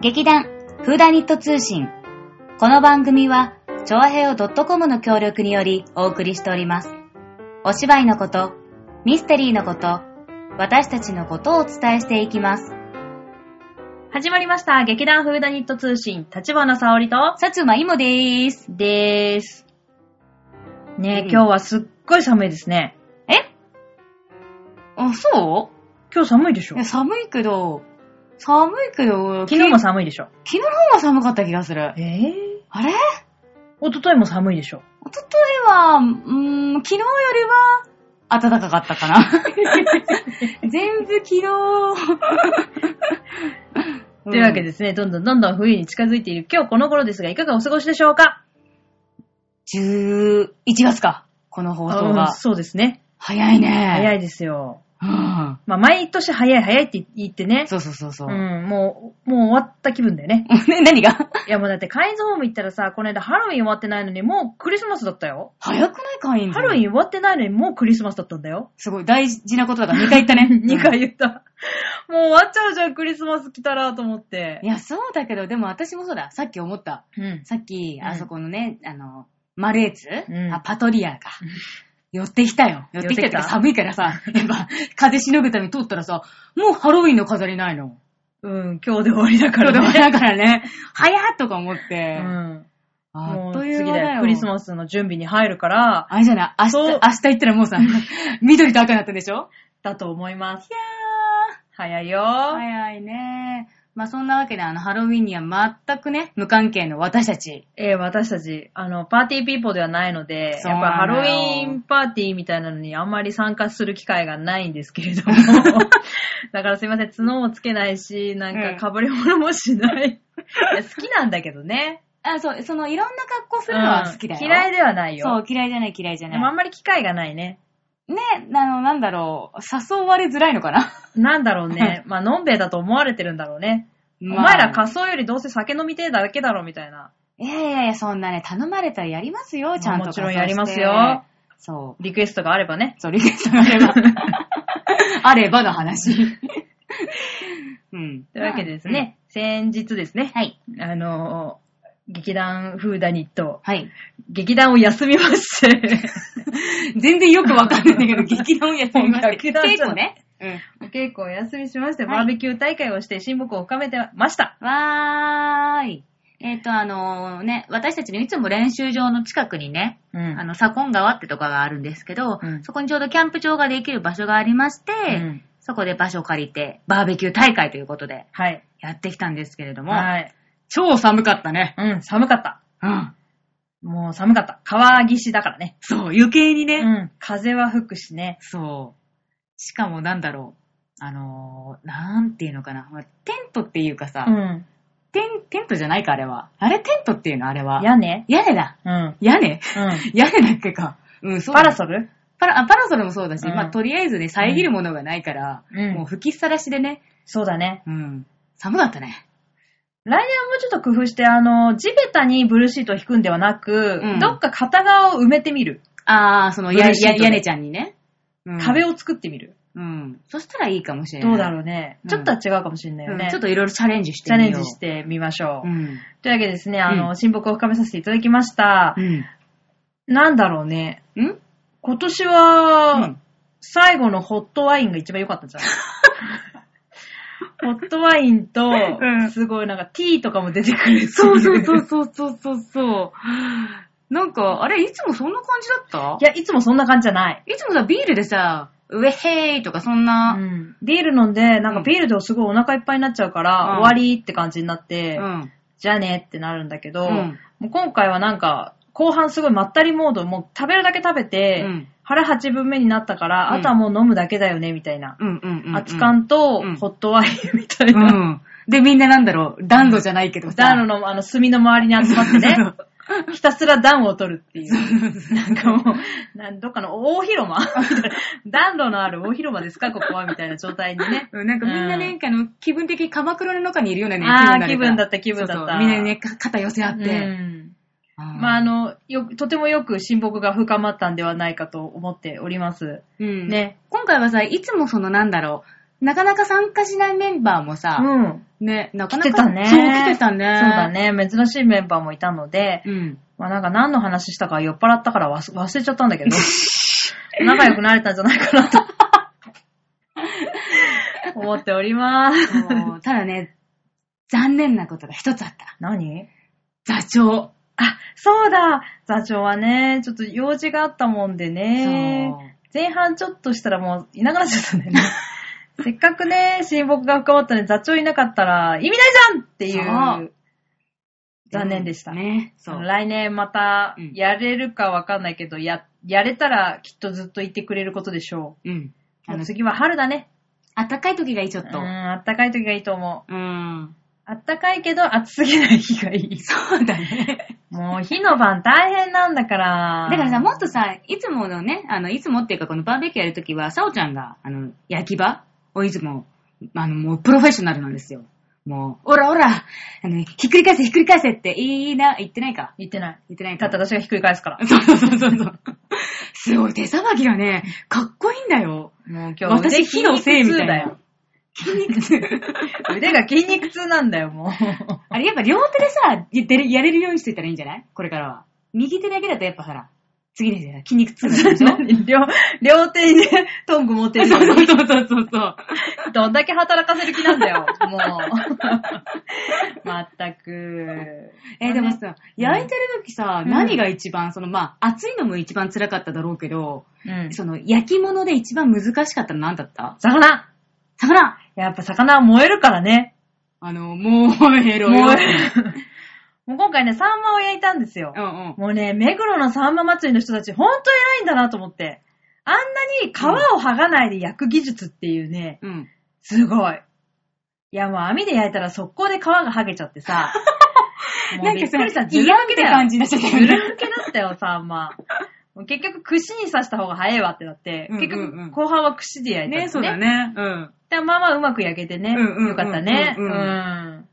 劇団フーダニット通信この番組はチョアヘオ .com の協力によりお送りしておりますお芝居のことミステリーのこと私たちのことをお伝えしていきます始まりました。劇団フーダニット通信、立花沙織と、さつまいもでーすでーす。ねえ、うん今日はすっごい寒いですね。えあそ今日寒いでしょういや寒いけど寒いけど昨日もき寒いでしょ昨日の方が寒かった気がするえぇ、あれ一昨日も寒いでしょおとといは、うーん、昨日よりは、暖かかったか な。全部昨日。というわけですね、どんどんどんどん冬に近づいている今日この頃ですが、いかがお過ごしでしょうか11月か、この放送うんが。そうですね。早いね。早い。いですよ。うん。まあ、毎年早い早いって言ってね。そうそうそうそうう。ん、もう、もう終わった気分だよね。 ね、何がいやもうだって、カインズホーム行ったらさ、この間ハロウィン終わってないのに、もうクリスマスだったよ。早くないかいハロウィン終わってないのに、もうクリスマスだったんだよ。。すごい、大事なことだから2回言ったね2回 言った。もう終わっちゃうじゃん、クリスマス来たらと思っうてん。いや、そうだけど、でも私もそうだ。さっき思った。うん。さっき、うんあそこのね、あの、マルエツ、うんあ、パトリアか。寄ってきたよ。寄ってきたってか寒いからさ、やっぱ、風しのぐために通ったらさ、もうハロウィンの飾りないの。うん、今日で終わりだかそれらでもね。だからね、早っとか思って。うん。あもっうという次間だでよ。クリスマスの準備に入るから、あれじゃない明日、そう明日行ったらもう さ、緑と赤になったんでしょだと思いますい。や早いよ。ー、早いね。まあそんなわけで、あの、ハロウィンには全くね、無関係の私たち。えー私たち、あの、パーティーピーポーではないので、そうやっぱなのハロよウィンパーティーみたいなのにあんまり参加する機会がないんですけれ ども、だからすいません、角もつけないし、なんか被り物もしない。いや好きなんだけどね。あ、そう、その、いろんな格好するのは好きだよ。うん嫌いではないよ。そう、嫌いじゃない嫌いじゃでもあなんまり機会がないね。い。ね、あの、なんだろう、誘われづらいのか ななんだろうね。まあ、のんべえだと思われてるんだろうね。お前ら仮装よりどうせ酒飲みてえだけだろ、みたいな。いやいやいや、そんなね、頼まれたらやりますよ、ちゃんとも仮装して。ちろんやりますよ。そう。リクエストがあればね。そう、リクエストがあれ ば。あればの話。うん。というわけでですね、先日ですねうん。、はい。あのー、劇団フーダニット、はい。劇団を休みま して、全然よくわかんないん だけど、劇団をやってみました。劇団じゃ稽ん古ね。うん。お稽古を休みしまして、はいバーベキュー大会をして、親睦を深めてました。わーい。えっ、と、あのね、私たちのいつも練習場の近くにね、うあん。の、左近川ってとかがあるんですけど、うんそこにちょうどキャンプ場ができる場所がありまして、うんそこで場所を借りて、バーベキュー大会ということではい。やってきたんですけれども、はい。超寒かったね。うん、寒かった。うん。もう寒かった。川岸だからね。そう、余計にね。うん。風は吹くしね。そう。しかもなんだろう。あのー、なんていうのかな。まあテントっていうかさ、うん。テン、テントじゃないか、あれは。あれテントっていうの、あれは。屋根屋根だ。うん。屋根うん。屋根だっけか。うん、そうだパラソルパラあパラソルもそうだし、うんまあ、とりあえずね、遮るものがないから、うんもう吹きっさらしでね、そうだね。うん。寒かったね。来年はもうちょっと工夫して、あの、地べたにブルーシートを引くんではなく、うんどっか片側を埋めてみる。あー、その、ブや、ルーシーや、トで屋根ちゃんにね。うん、壁を。を作ってみる。うん。そしたらいいかもしれない。どうだろうね。うんちょっとは違うかもしれないようんね。ちょっといろいろチャレンジしてチャみよレう。ンジしてみましょう。うん。というわけでですね、あうの、親睦を深めさせていただきました。なんだろうね。うん。ん今年うはん、最後のホットワインが一番良 かったんじゃないホットワインとうん、すごいなんかティーとかも出てくる。そうそうそうそうそうそうそう。なんか、あれ、いつもそんな感じだったいや、いつもそんな感じじゃない。いつもさ、ビールでさ、ウェヘーイとかそんな、ビール飲んで、なんかビールですごいお腹いっぱいになっちゃうから、うん終わりって感じになっうて、ん。じゃあねってなるんだけど、うんもう今回はなんか、後半すごいまったりモード、もう食べるだけ食べて、うん腹8分目になったから、うんあとはもう飲むだけだよね、みたいな。うんうんうん。熱燗とうんホットワインみたいうな。ん。で、みんななんだろう、暖炉じゃないけどさ。暖炉の、あの、炭の周りに集まってね そう、ひたすら暖を取るっていう。なんかもう、なんどっかの大 広間 暖炉のある大広間ですか、ここはみたいな状態にね。うんなんかみんなうね、あの、気分的に鎌倉の中にいるようなね、あー気分になれ気分だった気分だったそうそうみんなね、か肩寄せ合って。うんうんまあ、あ、の、よ、とてもよく親睦が深まったんではないかと思っております。うん。ね。今回はさ、いつもそのなんだろう、なかなか参加しないメンバーもさ、ん。ね、なかな来てか。たねそう、来てたね。そうだ。ね、珍しいメンバーもいたので、うん。まあなんか何の話したか酔っ払ったから忘忘れちゃったんだ けど、仲良くなれたんじゃないかなと思っております。そうただね、残念なことが一つあった。何座長。あ、そうだ座長はね、ちょっと用事があったもんでね、前半ちょっとしたらもういなくなっちゃったんだ よね。せっかくね、親睦が深まったのに座長いなかったら意味ないじゃんってそいうう、残念でした。ね、そう。来年またうんやれるかわかんないけど、や、やれたらきっとずっといてくれることでしょうん。う。あものう、次は春だね。暖かい時がいい、ちょうっん、と。あったかい時がいいと思う。うん。あったかいけど暑すぎない日がい い。そうだね。もう火の晩大変なんだから。だからさ、もっとさ、いつものね、あの、いつもっていうか、このバーベキューやるときは、さおちゃんが、あの、焼き場をいつも、あの、もうプロフェッショナルなんですよ。もう、オラオラあの、ひっくり返せ、ひっくり返せって、いいな、言ってないか言ってない。言ってないたかった私がひっくり返すから。そうそうそうそう。すごい、手さばきがね、かっこいいんだよ。もう今日腕私、火のせいみたいな。。筋肉痛。 腕が筋肉痛なんだよ、もう。あれ、やっぱ両手でさ、やれやれるようにしてったらいいんじゃないこれからは。右手だけだとやっぱほら、次の日だから筋肉痛になるでしょ両、両手にね、トング持ってるのに そうそうそうそうそう。どんだけ働かせる気なんだよ、 もう。まったく。えーでもさ、焼いてる時さ、うん何が一番、そのまあ、暑いのも一番辛かっただろうけど、うん。その焼き物で一番難しかったの何だった魚魚やっぱ魚は燃えるからね。あの、もう、ヘロ燃えよ。る。 もう今回ね、サンマを焼いたんですよう。んうん。もうね、目黒のサンマ祭りの人たち、ほんと偉いんだなと思って。あんなに皮を剥がないで焼く技術っていうね、うん。すごい。いや、もう網で焼いたら速攻で皮が剥げちゃってさ。もなうんかびっくさ、りした。ず嫌るむっけてだ感よ。じになっちゃったずよね。るむけだったよ、サンマ。もう結局、串に刺した方が早いわってなって、うんうんうん結局、後半は串で焼いたんね、ですそうね。だね。うん。でまあまあうまく焼けてね。うんうんうんよかったね。ううんんうん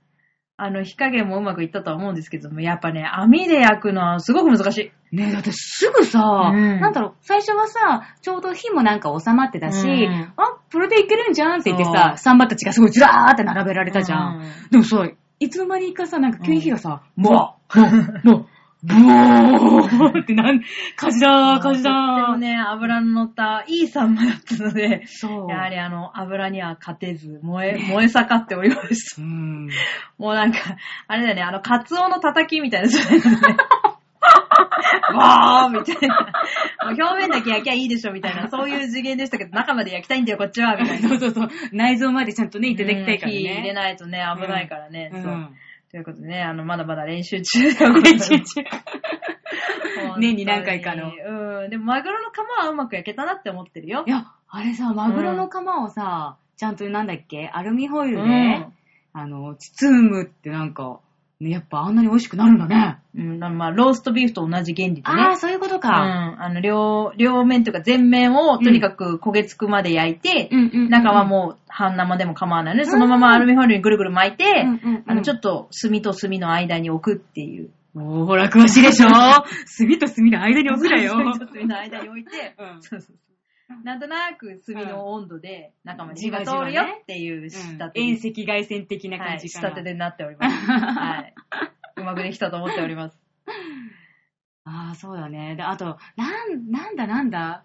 あの、火加減もうまくいったとは思うんですけども、やっぱね、網で焼くのはすごく難しい。ねだってすぐさ、うんなんだろう、最初はさ、ちょうど火もなんか収まってたし、うんあ、これでいけるんじゃんって言ってさ、サンバたちがすごいずらーって並べられたじゃん。うでもさ、いつの間にかさ、なんか急に火がさ、うんもう、も う、もう、ブーってなん、火事だー、火事だとってー。もね、油の乗ったいいサンマだったので、そう。やはりあの、油には勝てず、燃え、 燃え盛っておりましうた。ん。もうなんか、あれだよね、あの、カツオのたたきみたいな、 そういうのねわーみたいな。もう表面だけ焼きゃいいでしょ、みたいな。そういう次元でしたけど、中まで焼きたいんだよ、こっちは、みたい な。そうそうそう。内臓までちゃんとね、いただきたいからうん火入れね。ないとね、危ないからね。うんそう。ということでね、あの、まだまだ練習中だ練習 中。年年に何回かのうん。でも、マグロの釜はうまく焼けたなって思ってるよ い。や、あれさ、マグロの釜をさ、ちゃんとなんだっけアルミホイルで、うんあの、包むってなんか、ね、やっぱあんなに美味しくなるんだね。うん、まあ、ローストビーフと同じ原理でね。ああ、そういうことうか。ん。あの、両、両面というか全面をとにかく焦げつくまで焼いて、うんうんうん中はもう半生でも構わないので、そのままアルミホイルにぐるぐる巻いて、うんうんうんあの、ちょっと炭と炭の間に置くっていう。おー、ほら、詳しいで しょ炭と炭の間に置くなよ。炭と炭の間に置いて、うんそうそうそうなんとなく炭の温度で中まで火がじわじ通わねるよっていう仕立て。遠赤外線的なは感い、じ仕かな。立てでなっております。はい。うまくできたと思ってお ります。ああ、そうだね。で、あと、なん、なんだなんだ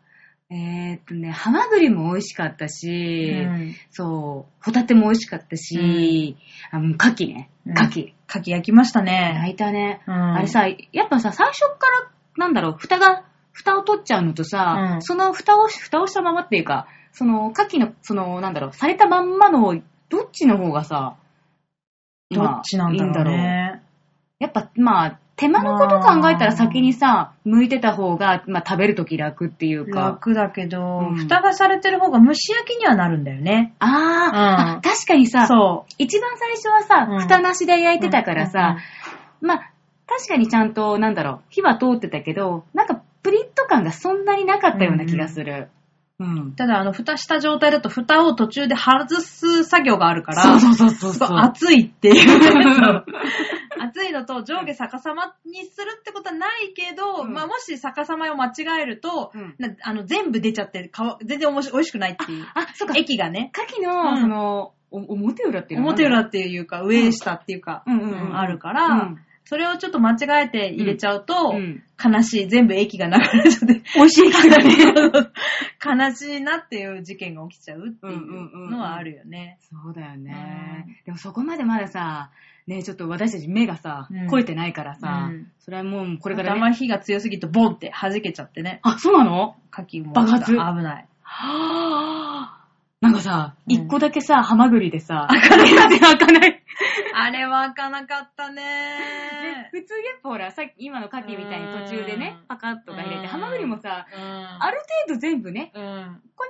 えーっとね、ハマグリも美味しかったし、うんそう、ホタテも美味しかったし、あの、牡蠣ね。うん牡蠣。かき焼きましたね。焼いたね。うんあれさ、やっぱさ、最初から、なんだろう、蓋が、蓋を取っちゃうのとさ、うんその蓋を、蓋をしたままっていうか、その、牡蠣の、その、なんだろう、されたまんまの、どっちの方がさ、ど今っちなんだろういいんね。やっぱ、まあ、手間のこと考えたら先にさ、剥いてた方が、まあ、食べるとき楽っていうか。楽だけど、うん蓋がされてる方が蒸し焼きにはなるんだよね。あーあ、うん確かにさ、そ一番最初はさ、うん蓋なしで焼う。いてたからさ、まあ、確かにちゃんと、なんだろう、火は通ってたけど、なんか、プリッと感がそんなになかったような気がする。うん。ただ、あの、蓋した状態だと、蓋を途中で外す作業があるから、そうそうそうすそ。ごいう熱いっていう。 そう熱いのと上下逆さまにするってことはないけど、うんまあ、もし逆さまを間違えると、うんなあの、全部出ちゃって、顔全然おもし美味しくないっていう。あ、そうか。液がね。牡蠣の、うんその、お表裏っていうの表裏っっていうか、上下っていうか、うんうんうんうんあるかたら、それをちょっと間違えて入れちゃうと、うん悲しい、全部液が流れちゃって、美味しい人だね。悲しいなっていう事件が起きちゃうっていうのはあるよね。そうだよね。でもそこまでまださ、ね、ちょっと私たち目がさ、うん肥えてないからさうん、それはもうここれれかかねらら、ね。あんま火が強すぎるとボンって弾けちゃってね。あ、そうなの牡蠣も爆発危ない。はぁなんかさ、うん一個だけさ、ハマグリでさ、開かない。開かない。あれは開かなかったね。普通やっぱほら、さっき今のカキみたいに途中でねうん、パカッとか入れうて、んハマグリもさ、あある程度全部ね、うん。こんに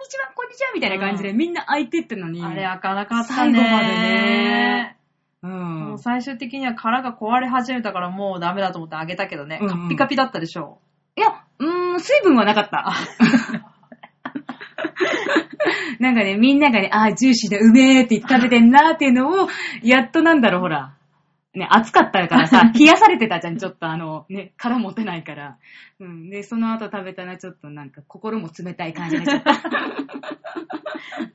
ちは、こんにちはみたいな感じでみんな開いてってのに、あれ開かなかった最ね。後までね。うもんう。最終的には殻が壊れ始めたからもうダメだと思ってあげたけどね。うんうんカッピカピだったでしょ。いや、うーん、水分はなかった。 なんかね、みんながね、あージューシーだ、うめーって言って食べてんなーっていうのを、やっとなんだろう、ほら。ね、暑かったから さ、冷やされてたじゃん、ちょっとあの、ね、殻持てないから。うん。で、その後食べたら、ちょっとなんか、心も冷たい感じになっちゃっ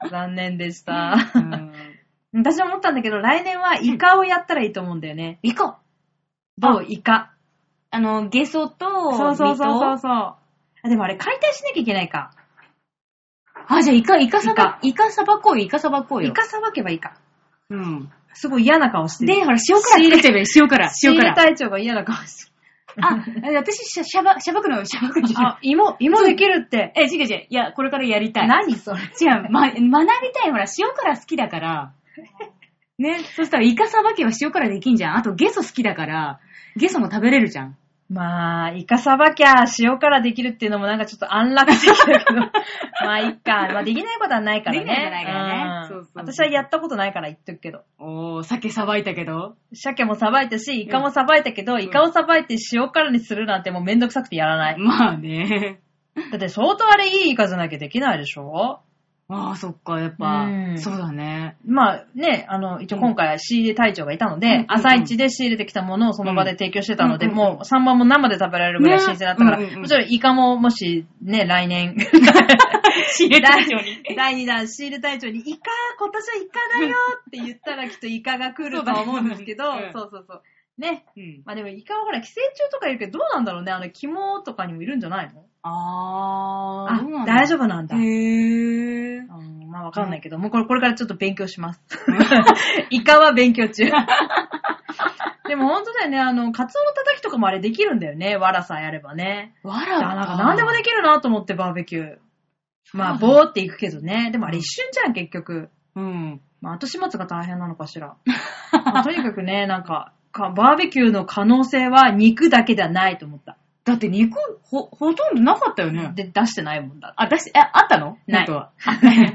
残念でした。 た。うん。 私は思ったんだけど、来年はイカをやったらいいと思うんだよね。行こうどうイカ。あの、ゲソと、そうそうそうそう身とそう。あ、でもあれ解体しなきゃいけないか。あ、じゃあ、イカ、イカさば、イカさばこうよ、イカさばこうよ。イカさばけばいいか。うん。すごい嫌な顔してる。で、ほら、塩辛作っちゃえばいい、塩辛、シ塩ー辛ル。隊長が嫌な顔してあ、私、しゃ、しゃば、しゃばくの、しゃばくの。る。あ、芋、芋できるって。え、違う違う。いや、これからやりたい。何それ。違う、ま、学びたい。ほら、塩辛好きだ から。ね、そしたら、イカさばけば塩辛できんじゃん。あと、ゲソ好きだから、ゲソも食べれるじゃん。まあ、イカさばきゃ塩からできるっていうのもなんかちょっと安楽的だ けど。まあ、いっか。まあ、できないことはないからね。できないことはないからねうんそうそうそう私はやったことないから言っとくけど。おー、鮭さばいたけど。鮭もさばいたし、イカもさばいたけど、イカをさばいて塩辛にするなんてもうめんどくさくてやら ない。まあね。だって相当あれいいイカじゃなきゃできないでしょああ、そっか、やっぱう、んそうだね。まあね、あの、一応今回仕入れ隊長がいたので、うんうんうん朝一で仕入れてきたものをその場で提供してたので、うんうんもうサンマも生で食べられるぐらい新鮮だったから、ねうんうんうんもちろんイカももしね、 来年、知れたように。第2弾仕入れ隊長に、イカ、今年はイカだよって言ったらきっとイカが来るとは思うんですけど、そ そだねうんうう,、そうそうね。うん。まあでもイカはほら寄生虫とかいるけど、どうなんだろうね。あの、肝とかにもいるんじゃないのあー、あ、大丈夫夫なんだ。へー。うんまあわかんないけど、もうこれこれからちょっと勉強 します。イカは勉強中。でも本当だよね、あの、カツオのたたきとかもあれできるんだよね、わらさえあればね。わだらからなんか何でもね。できるなと思ってバーベキュー。まあ、そうだねぼーっていくけどね。でもあれ一瞬じゃん、結局。うん。まあ、後始末が大変なのかしら。まあとにか くね、なんか、かバーベキューの可能性は肉だけではないと思った。だって肉、ほ、ほとんどなかったよね。で、出してないもんだ。あ、だし、え、あったのない元は。 あない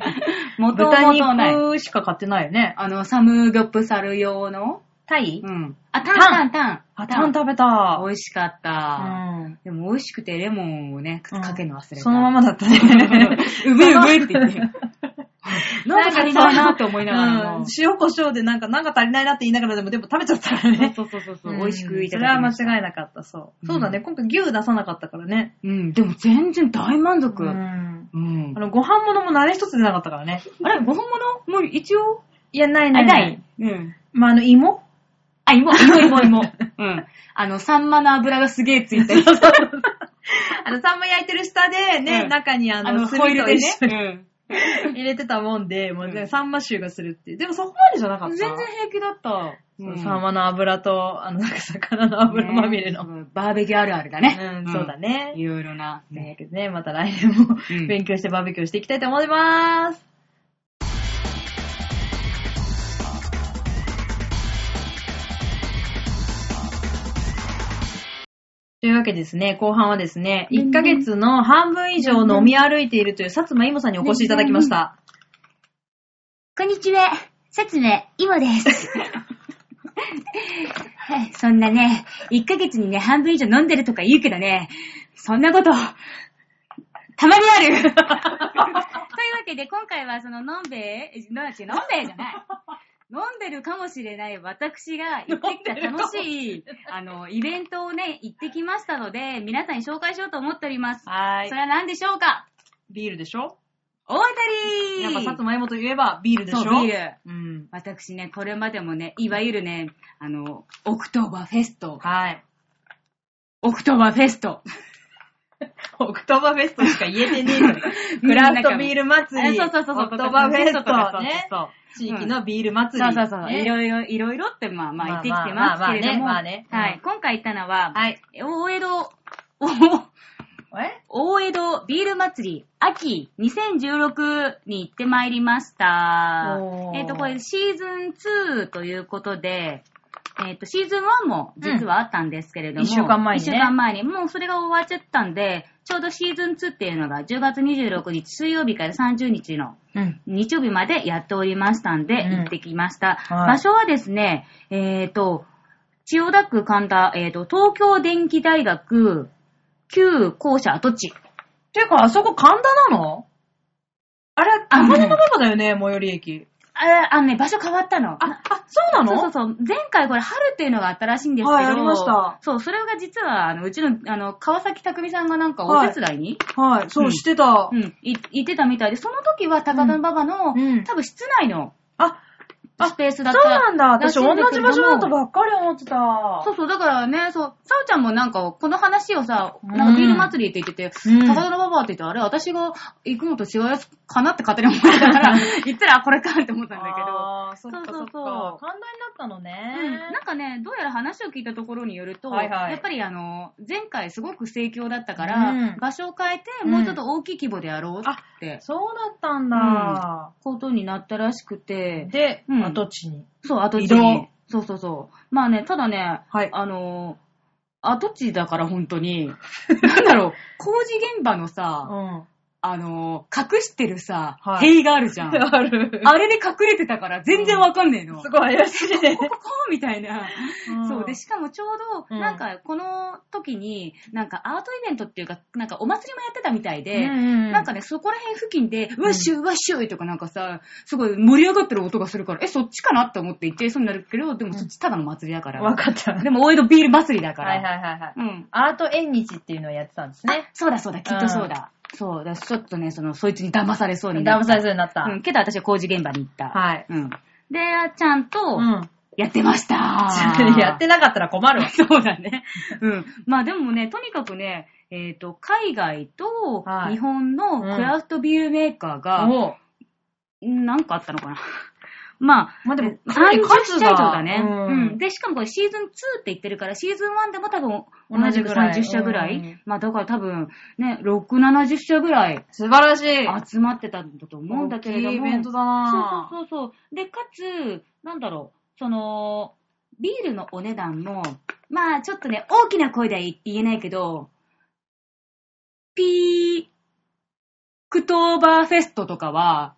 元豚々ない。肉しか買ってないよね。あの、サムギョプサル用のタイん。あ、タンタタンタン。あ、タンタ食べたン。。美味しかった。うん。でも美味しくてレモンをね、かけるの忘れた。そのまま。まだっ たうね。めうめって言 って。なんか足りないなって思いながらうもん。塩胡椒でなんか、なんか足りないなって言いながらでも、でも食べちゃったからね。そうそうそうそう、美味しくいたそれだはき間ました。違いなかった、そうう。んそうだね、今回牛出さなかったからね。うん、でも全然大満足。ううん。んあの、ご飯物も何一つ出なかったからね。あれ、ご本物もう一応いや、ないあないなないい。。 うん。まあ、あの、芋あ、 芋、芋、芋、芋。うん。あの、サンマの油がすげえついたり。あの、サンマ焼いてる下でね、うん中にああの、の、炭ホイルとで一ね緒。に入れてたもんで、もううね、んサンマ臭がするっていう。でもそこまでじゃなかった。全然平気だった。そううんサンマの油と、あの、なんか魚の油まみれの。ねバーベキューあるあるだね。うん、そうだね。ね。いろいろな。というわけでね、また来年もうん勉強してバーベキューしていきたいと思います。というわけでですね、後半はですね、1ヶ月の半分以上飲み歩いているという薩摩いもさんにお越しいただきました。こんにちは。さつめ、いもです。はい、そんなね、1ヶ月にね、半分以上飲んでるとか言うけどね、そんなこと、たまにあるというわけで、今回はその、のんべえ、えのんべえじゃない。飲んでるかもしれない私が行ってきた楽しい、あの、イベントをね、行ってきましたので、皆さんに紹介しようと思っております。はーそれは何でしょうかビールでしょ大当たりいやっぱさつまいもといえばビールでしょそうビールうん。私ね、これまでもね、いわゆるね、あの、オクトーバーフェスト。はい。オクトーバーフェスト。オクトーバーフェストしか言えてねえの にクラフトビール祭り。そうそうそうそうオクトーバーフェスとかそト。うね。そう地域のビール祭そうり。そうそう。いねろいろ、いろいろって、まあまあまあ言ってきてますけれども。まあまあねまあねはい。今回行ったのは、はい。大江戸、え大江戸ビール祭り秋2016に行ってまいりましたお。ーえっ、と、これシーズン2ということで、えっ、と、シーズン1も実はあったんですけれども、うん一週間前に一ね週間前に、もうそれが終わっちゃったんで、ちょうどシーズン2っていうのが10月26日水曜日から30日のうん。日曜日までやっておりましたんで、うん行ってきました。はい場所はですね、えっ、と、千代田区神田、えっ、と、東京電機大学、旧校舎跡地。てか、あそこ神田なのあれ、あ神田のままだよね、最寄り駅。あ、あのね、場所変わったの。あ、あ、そうなのそうそうそう。前回これ春っていうのがあったらしいんですけど。はいありましたそう、それが実は、あの、うちの、あの、川崎匠さんがなんかお手伝いに、はい、そうう、んしてた。うん、い行ってたみたいで、その時は高田馬場の、うんうん多分室内のあ、あスペースだそっうた。なんだ。ら私、しい同んだけじれども場所だとばっかり思ってた。そうそう、だからね、そう、さおちゃんもなんか、この話をさ、なんかビール祭りって言ってて、うん高田馬場って言って、あれ、私が行くのと違うやつかなって勝手に思ってた から、行ったら、あこれかって思ったんだけど。あーそっかそそうっそうそうか。神田になったのうん、ね。なんかね、どうやら話を聞いたところによると、はいはいやっぱりあの、前回すごく盛況だったから、うん場所を変えて、もうちょっと大きい規模でやろうって、そうだったんだ。ことになったらしくて、でうん、跡地に。そう、跡移地にそ動。うそうそう。まあね、ただね、はいあのー、跡地だから本当 に、なんだろう、工事現場のうさ、ん。あのー、隠してるさ、はい塀があるじゃ ん。ある。あれで隠れてたから全然わかんねえの。すごい怪しいね。ここみたいな。そう。で、しかもちょううど、んなんか、この時に、なんかアートイベントっていうか、なんかお祭りもやってたみたいうんで、うん、なんかね、そこら辺付近で、うわっしゅうわっしゅいとかなんかさ、すごい盛り上がってる音がするから、え、そっちかなって思って行っちゃいそうになるけど、でもそっちただの祭りだから。わかった。でも、大江戸ビール祭りだから。はいはいはいはい。うん。アート縁日っていうのをやってたんですね。そうだそうだ、きっとそうだ。そうだ、ちょっとね、その、そいつに騙されそうになダっブた。サイズになった。うん、けど私は工事現場に行った。はい。うん。で、ちゃんとう、ん。やってました。 やってなかったら困る わ。そうだね。うん。まあでもね、とにかくね、えっ、と、海外とはい日本のクラフトビールメーカーが、もなんかあったのかな。 まあ、う。まあでも、 30社以上だね、うんうん。で、しかもこれシーズン2って言ってるから、シーズン1でも多分同じく同じぐらい30社ぐらい。うんまあだから多分ね、6、70社ぐらい素晴らしい。集まってたんだと思うんだけれども。大きいイベントだそうなそうそうそう。で、かつ、なんだろう、その、ビールのお値段も、まあちょっとね、大きな声では言えないけど、ピークトーバーフェストとか は、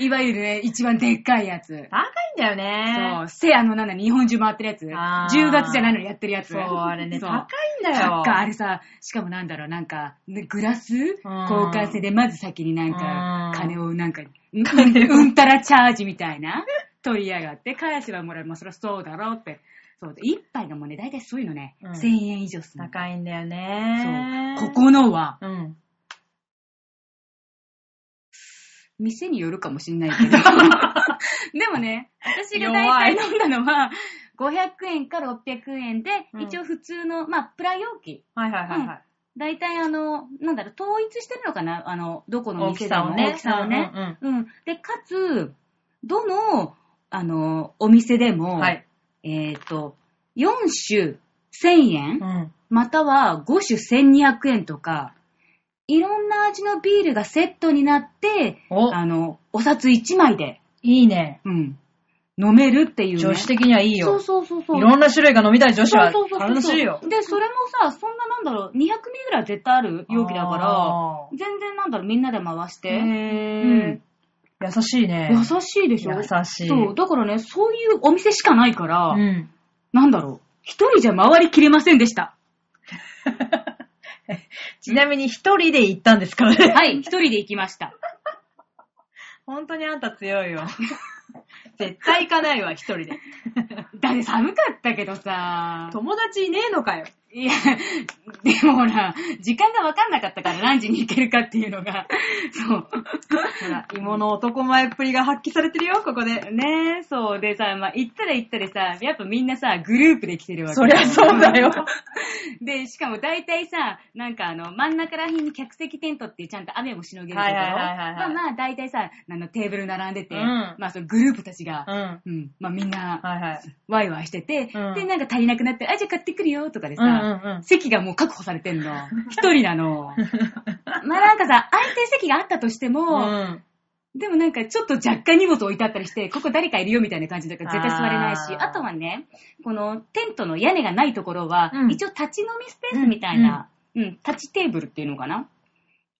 いわゆるね、一番でっかいやつ。高いんだよね。そう、せ、あの、なんだ、日本中回ってるやつ。あー10月じゃないのにやってるやつ。そう、あれね、そ高ういんだよ。高いあれさ、しかもなんだろう、なんか、ねグラス交換制で、まず先になんか、うん金をなんか、 うんうんたらチャージみたいな、取りやがって、返せばもらえる。まあ、そりゃそうだろうって。そう、一杯がもうね、だいたいそういうのね、うん1000円以上するの。高いんだよそうね。。こ。このは、うん。店によるかもしんない けど。でもね、私が大体飲んだのは、500円か600円で、うん一応普通の、まあ、プラ容器。はいはいはいはい。大体あの、なんだろう、統一してるのかなあの、どこの大店きでさもをね。大きさをね。うんうんうん。で、かつ、どの、あの、お店でうも、ん。はい。えっ、と、4種1000円、うん。または5種1200円とか、いろんな味のビールがセットになって、おあの、お札1枚で、いいね。うん、飲めるっていう、ね。女子的にはいいそうよ。そうそうそう。いろんな種類が飲みたい女子はそうそうそうそう楽しいよ。で、それもさ、そんななんだろう、200ミリぐらい絶対ある容器だから、あー全然なんだろう、みんなで回して。へー優しいね。優しいでしょ優しいそう、だからね、そういうお店しかないから、うん。なんだろう、一人じゃ回りきれませんで した。ちなみに一人で行ったんですか らね。はい、一人で行きました。本当にあんた強いよ。絶対行かないわ、一人で。だって寒かったけどさ、友達いねえのかよ。いや、でもほら、時間がわかんなかったから何時に行けるかっていうのが、そう。ほら、芋の男前っぷりが発揮されてるよ、ここで。ねえ、そう。でさ、まあ、行ったら行ったらさ、やっぱみんなさ、グループで来てるわけ。そりゃそうだよ。 で、しかも大体さ、なんかあの、真ん中ら辺に客席テントっていうちゃんと雨もしのげるところ。はいはいはいはいはいまあまあ、大体さ、あの、テーブル並んでて、うんまあ、そのグループたちがう、ん。はうん、まあみんいな、はい。ワイワイしてて、うんで、なんか足りなくなって、あ、じゃあ買ってくるよ、とかでさ、うんうんうん席がもう確保されてんの。一人なの。 まあなんかさ、空いてる席があったとしてうも、ん。でもなんかちょっと若干荷物置いてあったりして、ここ誰かいるよみたいな感じだから絶対座れないし、ああーとはね、このテントの屋根がないところは、うん一応立ち飲みスペースみたいな、うん、立ちテーブルっていうのかな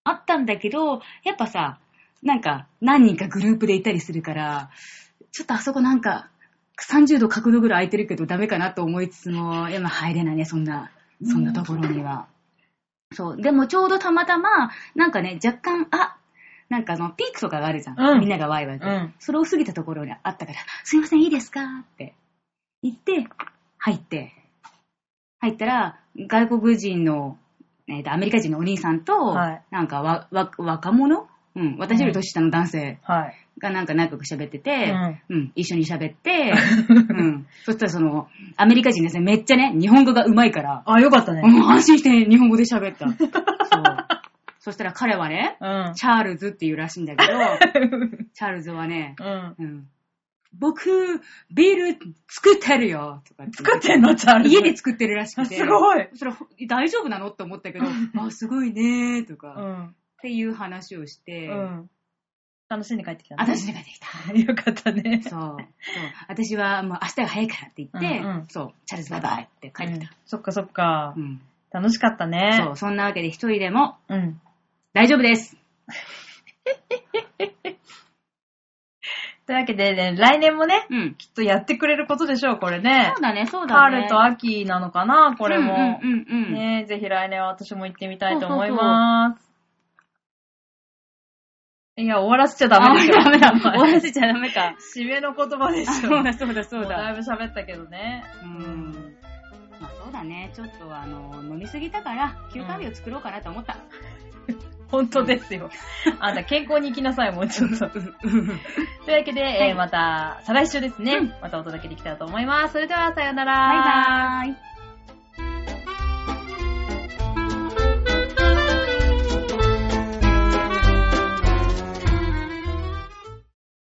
あったんだけど、やっぱさ、なんか何人かグループでいたりするから、ちょっとあそこなんか30度角度ぐらい空いてるけどダメかなと思いつつも、いやまあ入れないね、そんな、そんなところには。そう。でもちょうどたまたま、なんかね、若干、あ、なんかあの、ピークとかがあるじゃん。うんみんながワイワイと、うんそれを過ぎたところにあったから、すいません、いいですかって言って、入って。入ったら、外国人の、えーと、アメリカ人のお兄さんと、はいなんかわ、わ、若者うん、私より年下の男性はい。がなんか仲良く喋ってて、うん うん、一緒に喋って、うん、そしたらその、アメリカ人ですね、めっちゃね、日本語が上手いから、あ、よかったね。もう安心して日本語で喋 った。そう。そしたら彼はね、うん。チャールズっていうらしいんだけど、 チャールズはね、うん。うん、僕、ビール作ってるよとか作ってんのチャールズ。家で作ってるらしくて。すごいそれ大丈夫なのって思ったけど、あ、すごいねーとか、うっん。ていう話をして、うん。楽しんで帰ってきたね。私に帰ってきた。よかったね。そう。そう私はもう明日が早いからって言って、うんうんそう、チャールズバイバイって帰ってきた。そっかそっかう。ん。楽しかったね。そう、そんなわけで一人でもうん。大丈夫です。というわけでね、来年もね、うん。きっとやってくれることでしょう、これねそう。だね、そうカだね。春と秋なのかな、これもう。んうんうんうんねえぜひ来年は私も行ってみたいと思います。いや、終わらせちゃダメですよ。あダメだ。終わらちせちゃダメか。ゃ締めの言葉でしあょ。そもううだ、そうだ、そうだだ。いぶ喋ったけどね。うん。まあそうだね、ちょっとあの、飲みすぎたから、休暇日を作ろうかなと思った。本当ですよ。あんた健康に行きなさい、もうちょっと。というわけで、えーはいまた、再来週ですね、うんまたお届けできたらと思います。それでは、さようなら。バイバーイ。